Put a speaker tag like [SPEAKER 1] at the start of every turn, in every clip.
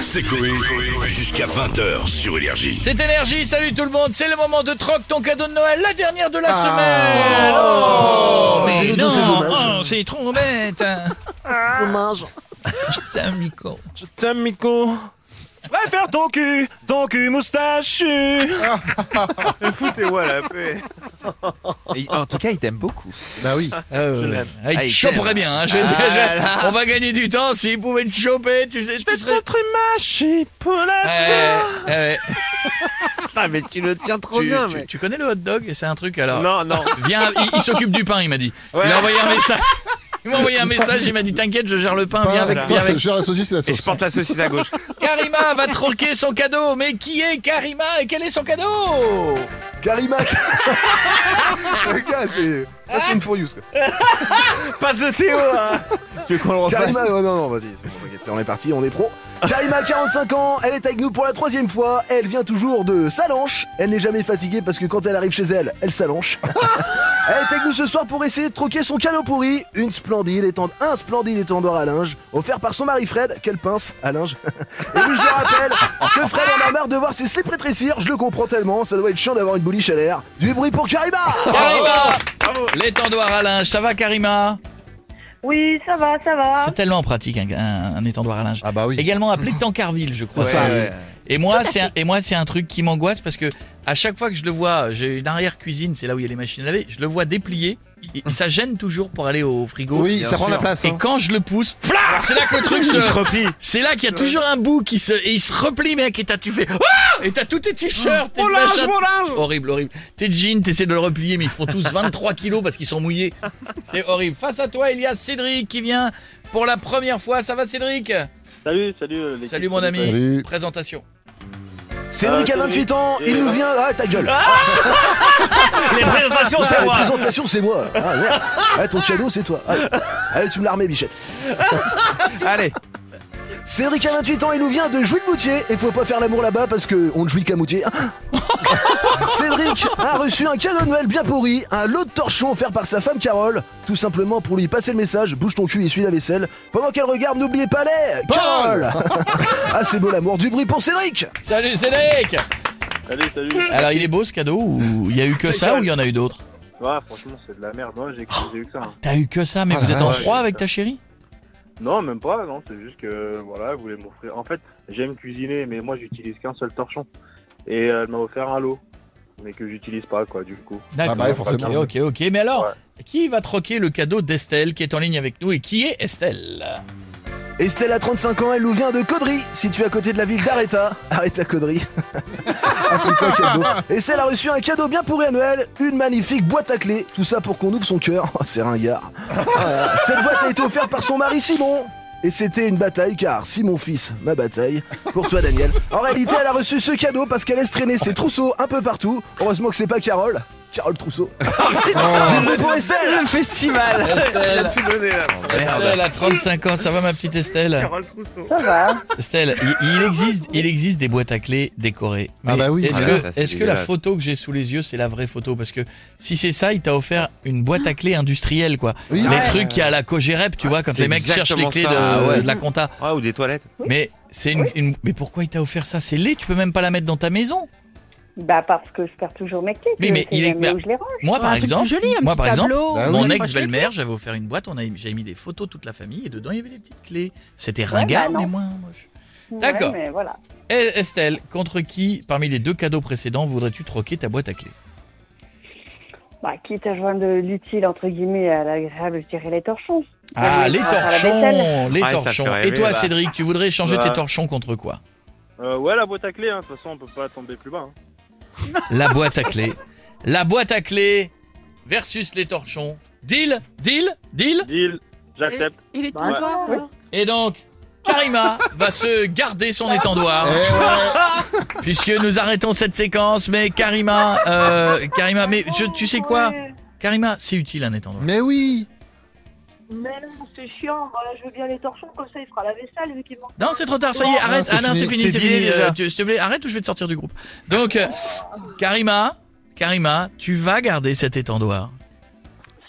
[SPEAKER 1] c'est Coé. Jusqu'à 20h sur Énergie.
[SPEAKER 2] C'est énergie, salut tout le monde, c'est le moment de troc ton cadeau de Noël, la dernière de la semaine. Oh, mais
[SPEAKER 3] c'est- c'est dommage.
[SPEAKER 2] oh, c'est trop bête.
[SPEAKER 3] Dommage.
[SPEAKER 2] Putain, Miko.
[SPEAKER 4] T'aimes Miko Je préfère ton cul, ton cul moustachu
[SPEAKER 5] Foutez-moi la paix.
[SPEAKER 6] Et- en tout cas, il t'aime beaucoup.
[SPEAKER 3] Bah oui.
[SPEAKER 2] Ah, il te
[SPEAKER 6] il
[SPEAKER 2] choperait
[SPEAKER 6] t'aime.
[SPEAKER 2] bien, hein, je- on va gagner du temps s'il pouvait te choper, tu sais, tu serais...
[SPEAKER 4] Notre image pour la
[SPEAKER 2] Ouais,
[SPEAKER 4] terre
[SPEAKER 2] ouais.
[SPEAKER 6] Ah, mais tu Ah. le tiens trop
[SPEAKER 2] eh, Tu,
[SPEAKER 6] bien,
[SPEAKER 2] tu-
[SPEAKER 6] mec.
[SPEAKER 2] tu connais le hot dog C'est un truc alors.
[SPEAKER 5] Non, non.
[SPEAKER 2] Viens, il, il s'occupe du pain, il m'a dit. Il a envoyé un message. Il m'a envoyé un message, il m'a dit T'inquiète, je gère le pain, viens avec, viens
[SPEAKER 3] toi,
[SPEAKER 2] avec.
[SPEAKER 3] je la saucisse et la
[SPEAKER 5] Et
[SPEAKER 3] sauce.
[SPEAKER 5] je porte la saucisse à gauche.
[SPEAKER 2] Karima va troquer son cadeau. Mais qui est Karima et quel est son cadeau
[SPEAKER 3] Garimac Le gars, c'est. Là, c'est une for you, quoi.
[SPEAKER 5] Passe de Théo hein.
[SPEAKER 6] Tu veux qu'on le refasse
[SPEAKER 3] Karima, oh, non, non, vas-y, c'est bon, t'inquiète, on est parti, on est pro. Karima, 45 ans, elle est avec nous pour la troisième fois. Elle vient toujours de Salanche. Elle n'est jamais fatiguée parce que quand elle arrive chez elle, elle s'allonge. elle est avec nous ce soir pour essayer de troquer son canot pourri. Une splendide étende, un splendide étendoir à linge, offert par son mari Fred. Quelle pince à linge. Et oui, je le rappelle, que Fred en a marre de voir ses slips rétrécir. Je le comprends tellement, ça doit être chiant d'avoir une bouliche à l'air. Du bruit pour Karima
[SPEAKER 2] Karima L'étendoir à linge, ça va Karima
[SPEAKER 7] Oui, ça va, ça va.
[SPEAKER 2] C'est tellement pratique un, un- un étendoir à linge.
[SPEAKER 3] Ah bah
[SPEAKER 2] Également appelé tancarville, je crois. Euh,
[SPEAKER 3] C'est ça, oui.
[SPEAKER 2] Et moi, c'est un, et moi, c'est un truc qui m'angoisse parce que à chaque fois que je le vois, j'ai une arrière cuisine, c'est là où il y a les machines à laver, je le vois déplié, et ça gêne toujours pour aller au frigo.
[SPEAKER 3] Oui,
[SPEAKER 6] Bien
[SPEAKER 3] ça prend
[SPEAKER 6] sûr.
[SPEAKER 3] la place.
[SPEAKER 2] Et
[SPEAKER 3] hein.
[SPEAKER 2] quand je le pousse, flar, c'est là que le truc se,
[SPEAKER 5] Ah Il se replie.
[SPEAKER 2] C'est là qu'il y a toujours un bout qui se, et il se replie, mec, et t'as, tu fais, ah et t'as tous tes t-shirts, tes
[SPEAKER 5] Oh, Mon linge,
[SPEAKER 2] machins.
[SPEAKER 5] mon linge
[SPEAKER 2] Horrible, horrible. Tes jeans, t'essaies de le replier, mais ils font tous 23 kilos parce qu'ils sont mouillés. C'est horrible. Face à toi, il y a Cédric qui vient pour la première fois. Ça va, Cédric
[SPEAKER 8] Salut, salut. euh, l'équipe.
[SPEAKER 2] Salut, mon ami.
[SPEAKER 3] Salut.
[SPEAKER 2] Présentation.
[SPEAKER 3] Cédric a
[SPEAKER 8] Ah,
[SPEAKER 3] 28 ans, il nous vient. Ah, ta gueule
[SPEAKER 5] Les présentations,
[SPEAKER 3] Ah,
[SPEAKER 5] c'est
[SPEAKER 3] la
[SPEAKER 5] moi
[SPEAKER 3] présentation, c'est moi. Ah, merde. Ah, ton cadeau, c'est toi. Allez. Allez, tu me l'as remis, Bichette.
[SPEAKER 6] Allez,
[SPEAKER 3] Cédric a 28 ans, il nous vient de Jouy de Moutier. Et faut pas faire l'amour là-bas parce que on ne jouit qu'à Moutier. Cédric a reçu un cadeau de Noël bien pourri, un lot de torchons offert par sa femme Carole, tout simplement pour lui passer le message bouge ton cul et suis la vaisselle. Pendant qu'elle regarde, n'oubliez pas les Carole Ah, c'est beau l'amour, du bruit pour Cédric
[SPEAKER 2] Salut, Cédric
[SPEAKER 8] Salut, salut.
[SPEAKER 2] Alors, il est beau ce cadeau ou il y a eu que ça ou il y en a eu d'autres
[SPEAKER 8] Ouais, franchement, c'est de la merde. Moi, j'ai j'ai eu que ça. hein.
[SPEAKER 2] T'as eu que ça, mais
[SPEAKER 3] Ah
[SPEAKER 2] vous
[SPEAKER 3] la
[SPEAKER 2] êtes en
[SPEAKER 8] vache.
[SPEAKER 2] froid avec ta chérie
[SPEAKER 8] Non, même pas. Non, c'est juste que voilà, elle voulait m'offrir. En fait, j'aime cuisiner, mais moi, j'utilise qu'un seul torchon. Et euh, elle m'a offert un lot, mais que j'utilise pas, quoi, du coup.
[SPEAKER 6] Ah
[SPEAKER 2] D'accord.
[SPEAKER 3] bah, forcément.
[SPEAKER 2] Ok, ok, ok. Mais alors, qui va troquer le cadeau d'Estelle qui est en ligne avec nous et qui est Estelle
[SPEAKER 3] Estelle a 35 ans, elle nous vient de Caudry, située à côté de la ville d'Areta. Areta Caudry. Ah, comme ça, quel beau. Estelle a reçu un cadeau bien pourri à Noël, une magnifique boîte à clés. Tout ça pour qu'on ouvre son cœur. Oh, c'est ringard. Euh, cette boîte a été offerte par son mari Simon. Et c'était une bataille car si mon fils, ma bataille, pour toi Daniel. En réalité, elle a reçu ce cadeau parce qu'elle laisse traîner ses trousseaux un peu partout. Heureusement que c'est pas Carole. Carole Trousseau. Du bruit pour Estelle
[SPEAKER 6] le festival.
[SPEAKER 2] Estelle,
[SPEAKER 5] Tout donné là.
[SPEAKER 2] Estelle a 35 ans, ça va ma petite Estelle
[SPEAKER 5] Carole Trousseau.
[SPEAKER 7] Ça va.
[SPEAKER 2] Estelle, il, il existe, il existe des boîtes à clés décorées.
[SPEAKER 3] Ah bah oui.
[SPEAKER 2] Est-ce
[SPEAKER 6] Ah
[SPEAKER 2] que,
[SPEAKER 6] là, ça, c'est
[SPEAKER 2] est-ce que la
[SPEAKER 6] dégueulasse.
[SPEAKER 2] photo que j'ai sous les yeux, c'est la vraie photo Parce que si c'est ça, il t'a offert une boîte à clés industrielle, quoi.
[SPEAKER 3] Oui.
[SPEAKER 2] Les
[SPEAKER 3] Ouais.
[SPEAKER 2] trucs qu'il y a à la Cogérep, tu vois, quand
[SPEAKER 6] c'est
[SPEAKER 2] les mecs cherchent les
[SPEAKER 6] exactement
[SPEAKER 2] clés
[SPEAKER 6] ça,
[SPEAKER 2] de,
[SPEAKER 6] ah ouais.
[SPEAKER 2] de la compta.
[SPEAKER 6] Ah, ou des toilettes.
[SPEAKER 2] Mais c'est une, une- mais pourquoi il t'a offert ça C'est laid, tu peux même pas la mettre dans ta maison.
[SPEAKER 7] Bah parce que je perds toujours mes clés.
[SPEAKER 2] Oui,
[SPEAKER 7] je
[SPEAKER 2] mais
[SPEAKER 7] sais
[SPEAKER 2] il est- bah,
[SPEAKER 7] jamais où je les range.
[SPEAKER 2] Moi, par
[SPEAKER 9] un truc plus
[SPEAKER 2] exemple,
[SPEAKER 9] joli, un
[SPEAKER 2] moi,
[SPEAKER 9] petit
[SPEAKER 2] par exemple,
[SPEAKER 9] tableau.
[SPEAKER 3] Bah Ah oui.
[SPEAKER 2] mon
[SPEAKER 9] Moi, je
[SPEAKER 2] ex-belle-mère, j'avais offert une boîte, on a, j'avais mis des photos toute la famille et dedans il y avait des petites clés. C'était ringard,
[SPEAKER 7] bah non.
[SPEAKER 2] mais moins moche.
[SPEAKER 7] Ouais,
[SPEAKER 2] D'accord.
[SPEAKER 7] mais voilà.
[SPEAKER 2] Eh, Estelle, contre qui, parmi les deux cadeaux précédents, voudrais-tu troquer ta boîte à clés
[SPEAKER 7] Bah, quitte à joindre l'utile entre guillemets à l'agréable, je dirais les torchons.
[SPEAKER 2] Ah, les
[SPEAKER 7] Ah, la
[SPEAKER 2] torchons, les
[SPEAKER 6] Ah, ça
[SPEAKER 2] torchons.
[SPEAKER 6] fait
[SPEAKER 2] Et
[SPEAKER 6] rêver,
[SPEAKER 2] toi,
[SPEAKER 6] bah.
[SPEAKER 2] Cédric, tu voudrais changer
[SPEAKER 8] Bah.
[SPEAKER 2] tes torchons contre quoi
[SPEAKER 8] Euh, ouais, la boîte à clé, hein. De toute façon, on peut pas tomber plus bas. hein.
[SPEAKER 2] La boîte à clés. La boîte à clés versus les torchons. Deal, deal, deal.
[SPEAKER 8] Deal, j'accepte.
[SPEAKER 9] Il est tout
[SPEAKER 7] Ouais.
[SPEAKER 9] noir,
[SPEAKER 7] Oui.
[SPEAKER 9] alors.
[SPEAKER 2] Et donc, Karima va se garder son étendoir.
[SPEAKER 3] Eh ouais.
[SPEAKER 2] Puisque nous arrêtons cette séquence, mais Karima, euh, Karima, mais je- tu sais quoi
[SPEAKER 7] Ouais.
[SPEAKER 2] Karima, c'est utile un étendoir.
[SPEAKER 3] Mais oui
[SPEAKER 7] Mais non, c'est chiant. Voilà, je veux bien les torchons, comme ça il fera la vaisselle vu qu'il manque.
[SPEAKER 2] Non, c'est trop tard, ça y est, arrête.
[SPEAKER 3] c'est
[SPEAKER 2] Ah non, c'est
[SPEAKER 3] fini,
[SPEAKER 2] fini, c'est
[SPEAKER 6] c'est dealé
[SPEAKER 2] fini.
[SPEAKER 6] déjà.
[SPEAKER 2] Euh, tu- S'il te plaît, arrête ou je vais te sortir du groupe. Donc, euh, Karima, Karima, tu vas garder cet étendoir.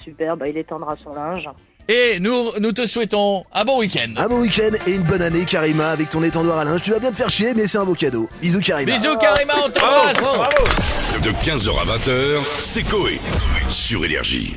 [SPEAKER 7] Super, bah il étendra son linge.
[SPEAKER 2] Et nous, nous te souhaitons un bon week-end.
[SPEAKER 3] Un bon week-end et une bonne année, Karima, avec ton étendoir à linge. Tu vas bien te faire chier, mais c'est un beau cadeau. Bisous, Karima.
[SPEAKER 2] Bisous Karima, on t'embrasse
[SPEAKER 1] De 15h à 20h, c'est Coé. Sur Énergie.